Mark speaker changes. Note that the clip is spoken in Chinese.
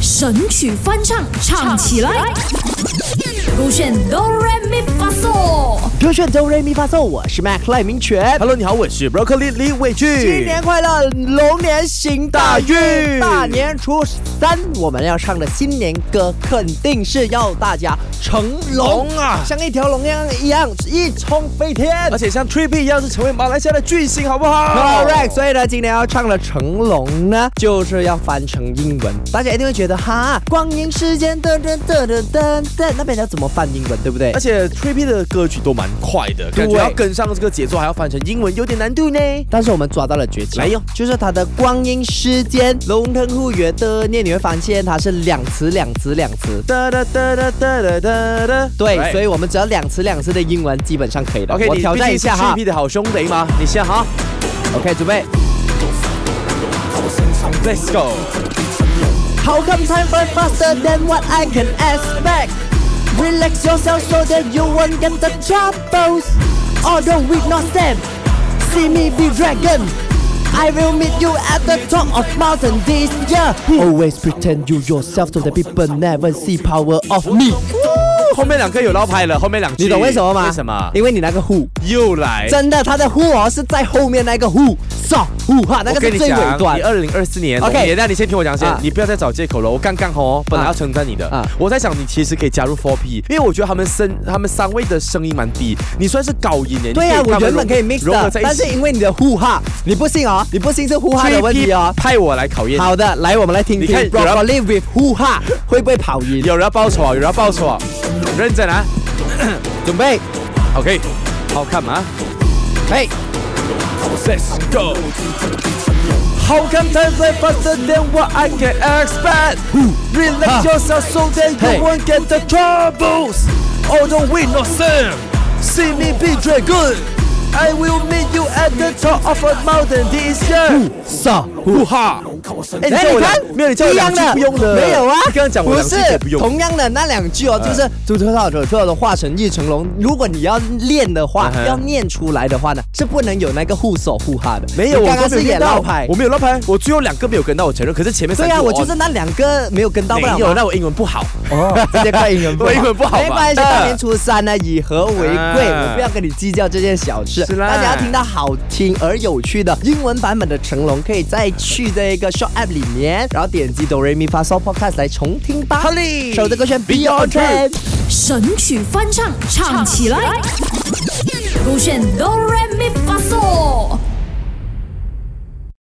Speaker 1: 神曲翻唱，唱起来。勾选哆来咪发嗦，
Speaker 2: 歌炫周 Re Mi Fa So，我是 Mac 赖明全。
Speaker 3: Hello，你好，我是 Broccoli 李伟俊。
Speaker 2: 新年快乐，龙年行大运！大年初三我们要唱的新年歌，肯定是要大家成龙
Speaker 3: 龙啊
Speaker 2: 像一条龙一样一样一冲飞天。
Speaker 3: 而且像 Three P 一样是成为马来西亚的巨星，好不好哦
Speaker 2: Correct，所以呢，今天要唱的成龙呢，就是要翻成英文，大家一定会觉得哈，光阴时间噔噔噔噔噔噔，那边要怎么翻英文，对不对
Speaker 3: 而？且 Three P 的歌曲都蛮快的，感觉
Speaker 2: 对
Speaker 3: 要跟上这个节奏，还要翻成英文，有点难度呢。
Speaker 2: 但是我们抓到了诀窍，
Speaker 3: 来哟
Speaker 2: 就是它的光阴时间龙腾护月的念，你会发现它是两词两词两词。
Speaker 3: 哒哒哒哒哒哒哒哒。
Speaker 2: 对
Speaker 3: Right
Speaker 2: 所以我们只要两词两词的英文基本上可以了。
Speaker 3: OK，
Speaker 2: 我
Speaker 3: 你
Speaker 2: 挑战一下哈
Speaker 3: Three。P 的好兄弟嘛，你先哈
Speaker 2: OK，准备。
Speaker 3: ，Let's go。
Speaker 2: How come time flies faster than what I can expect? Relax yourself so that you won't get the troubles. Although we not them, see me be dragon. I will meet you at the top of mountain this year. Always pretend you yourself so that people never see power of me.
Speaker 3: 后面两个有捞拍了，后面两句。
Speaker 2: 你懂为什么吗？
Speaker 3: 为什么？
Speaker 2: 因为你那个 who
Speaker 3: 又来。
Speaker 2: 真的，他的 who 哦是在后面那个 who，上 who 哈，那
Speaker 3: 我
Speaker 2: 个是
Speaker 3: 跟你
Speaker 2: 最
Speaker 3: 讲
Speaker 2: 尾，端
Speaker 3: 你。二零二四年
Speaker 2: OK
Speaker 3: 龙年那你先听我讲先
Speaker 2: 啊，
Speaker 3: 你不要再找借口了。我刚刚好哦，本来要称赞你的
Speaker 2: 啊，
Speaker 3: 我在想你其实可以加入 Four P，因为我觉得他们声他们三位的声音蛮低，你算是高音耶。
Speaker 2: 对呀、
Speaker 3: 呀，
Speaker 2: 我原本可以 mix
Speaker 3: 融合
Speaker 2: 的，
Speaker 3: 在
Speaker 2: 但
Speaker 3: 一
Speaker 2: 是
Speaker 3: 起。
Speaker 2: 因为你的呼哈，你不信哦，你不信是呼哈的问题哦。
Speaker 3: 派我来考验。
Speaker 2: 好的，来我们来听
Speaker 3: 你
Speaker 2: 听
Speaker 3: 看
Speaker 2: Broccoli with 呼哈会不会跑音？
Speaker 3: 有人要报仇啊，有人要报仇啊，认真啊。
Speaker 2: 准备，
Speaker 3: OK，好看嘛。
Speaker 2: 嘿，
Speaker 3: Let's go. How come time flies faster than what I can expect? Relax yourself so that
Speaker 2: Hey.
Speaker 3: you won't get the troubles. Although we not same, see me be dragon. I will meet you at the top of a mountain this year.
Speaker 2: 上
Speaker 3: 呼哈！哎，
Speaker 2: 哎，你看，
Speaker 3: 没有你叫我
Speaker 2: 一
Speaker 3: 两
Speaker 2: 样的，
Speaker 3: 句不用的，
Speaker 2: 没有啊，
Speaker 3: 你刚刚讲我
Speaker 2: 不
Speaker 3: 两句
Speaker 2: 是
Speaker 3: 不用，啊
Speaker 2: 同样的那两句哦，就是主头道主头的化成一成龙。如果你要练的话
Speaker 3: 嗯，哼
Speaker 2: 要念出来的话呢，是不能有那个互手互哈的。
Speaker 3: 没有，
Speaker 2: 你
Speaker 3: 我
Speaker 2: 刚刚
Speaker 3: 都没
Speaker 2: 是
Speaker 3: 有
Speaker 2: 演
Speaker 3: 练到
Speaker 2: 老牌
Speaker 3: 我，没有绕拍，我最后两个没有跟到，我承认。可是前面三
Speaker 2: 对
Speaker 3: 个
Speaker 2: 呀，我
Speaker 3: 哦
Speaker 2: 就是那两个没有跟到，不
Speaker 3: 没
Speaker 2: 然我
Speaker 3: 有，那我英文不好。
Speaker 2: 哦，直接怪英文不好，
Speaker 3: 我英文不好吧
Speaker 2: 没关系，大年初三呢，以和为贵，
Speaker 3: 啊
Speaker 2: 我不要跟你计较这件小事。
Speaker 3: 是啦
Speaker 2: 大家要听到好听而有趣的英文版本的成龙，可以再去这个 Short App 里面，然后点击 Do Re Mi Fa So Podcast 来重听吧。
Speaker 3: 好嘞
Speaker 2: 首的歌选
Speaker 3: Be
Speaker 2: Beyond
Speaker 3: Your
Speaker 2: Trend。
Speaker 1: 神曲翻唱，唱起来。勾选哆来咪发嗦。